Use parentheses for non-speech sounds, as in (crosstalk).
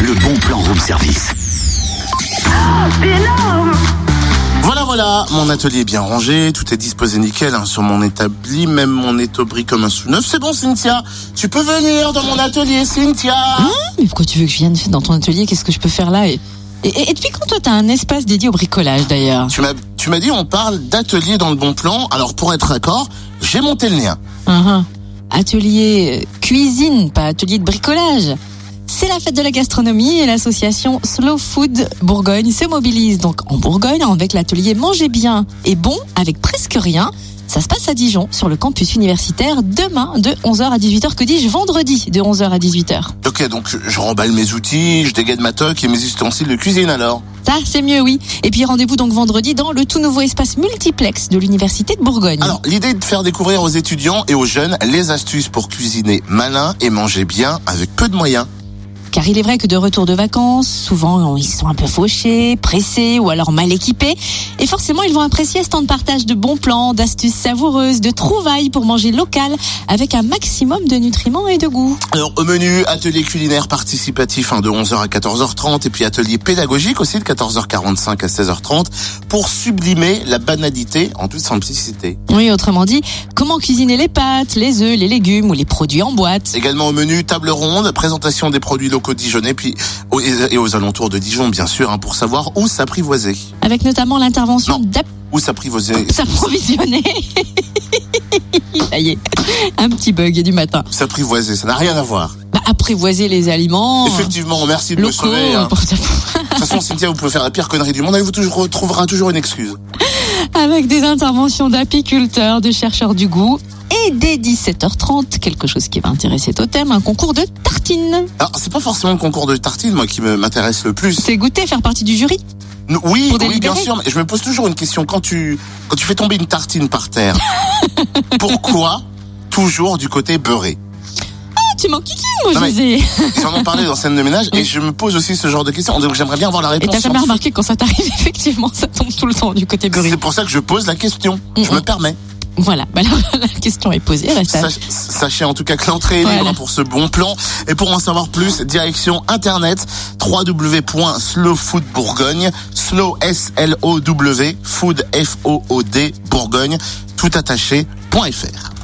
le bon plan room service. Voilà, voilà, mon atelier est bien rangé, tout est disposé nickel hein, sur mon établi, même mon étobri comme un sous-neuf. C'est bon, Cynthia, tu peux venir dans mon atelier, Cynthia Mais pourquoi tu veux que je vienne dans ton atelier Qu'est-ce que je peux faire là et, et- et depuis quand toi t'as un espace dédié au bricolage d'ailleurs Tu m'as- Tu m'as dit, on parle d'atelier dans le bon plan, alors pour être d'accord, j'ai monté le lien. Hein, hein. Atelier euh, cuisine, pas atelier de bricolage. C'est la fête de la gastronomie et l'association Slow Food Bourgogne se mobilise donc en Bourgogne avec l'atelier Manger bien et bon avec presque rien. Ça se passe à Dijon sur le campus universitaire demain de 11h à 18h. Que dis-je vendredi de 11h à 18h Ok, donc je remballe mes outils, je dégaine ma toque et mes ustensiles de cuisine alors. Ça, c'est mieux, oui. Et puis rendez-vous donc vendredi dans le tout nouveau espace multiplex de l'Université de Bourgogne. Alors, l'idée est de faire découvrir aux étudiants et aux jeunes les astuces pour cuisiner malin et manger bien avec peu de moyens. Car il est vrai que de retour de vacances, souvent ils sont un peu fauchés, pressés ou alors mal équipés. Et forcément, ils vont apprécier ce temps de partage de bons plans, d'astuces savoureuses, de trouvailles pour manger local avec un maximum de nutriments et de goût. Alors, au menu, atelier culinaire participatif hein, de 11h à 14h30 et puis atelier pédagogique aussi de 14h45 à 16h30 pour sublimer la banalité en toute simplicité. Oui, autrement dit, comment cuisiner les pâtes, les œufs, les légumes ou les produits en boîte. Également au menu, table ronde, présentation des produits locaux dijonnais puis au- et aux alentours de Dijon, bien sûr, hein, pour savoir où s'apprivoiser. Avec notamment l'intervention d'Ap Où s'apprivoiser s'approvisionner. (laughs) Ça y est, un petit bug du matin. S'apprivoiser, ça n'a rien à voir. Bah, apprivoiser les aliments euh, Effectivement, merci de me locaux. sauver. hein. pour- De toute façon, Cynthia, vous pouvez faire la pire connerie du monde hein, et vous toujours- retrouverez toujours une excuse. Avec des interventions d'apiculteurs, de chercheurs du goût. Et dès 17h30, quelque chose qui va intéresser Totem, un concours de tartines. Alors, c'est pas forcément le concours de tartines, moi, qui me- m'intéresse le plus. C'est goûter, faire partie du jury. N- Oui, oui, Pour bien délibérer. sûr. Mais je me pose toujours une question. Quand tu, quand tu fais tomber une tartine par (laughs) terre, pourquoi toujours du côté beurré Ah, tu m'en kiki, moi, Non, mais- (laughs) José. Ils en ont parlé dans scène de ménage et je me pose aussi ce genre de questions. Donc j'aimerais bien avoir la Et réponse. t'as jamais remarqué quand ça t'arrive, (laughs) effectivement, ça tombe tout le temps du côté beurré. C'est pour ça que je pose la question. Je Mm, me mm. permets. Voilà, bah, la, (laughs) la question est posée, reste à- Sach- sachez en tout cas que l'entrée est libre Bah, Voilà. hein, pour ce bon plan. Et pour en savoir plus, direction internet www.slowfoodbourgogne, slow s l o w food f o o d bourgogne tout attaché.fr.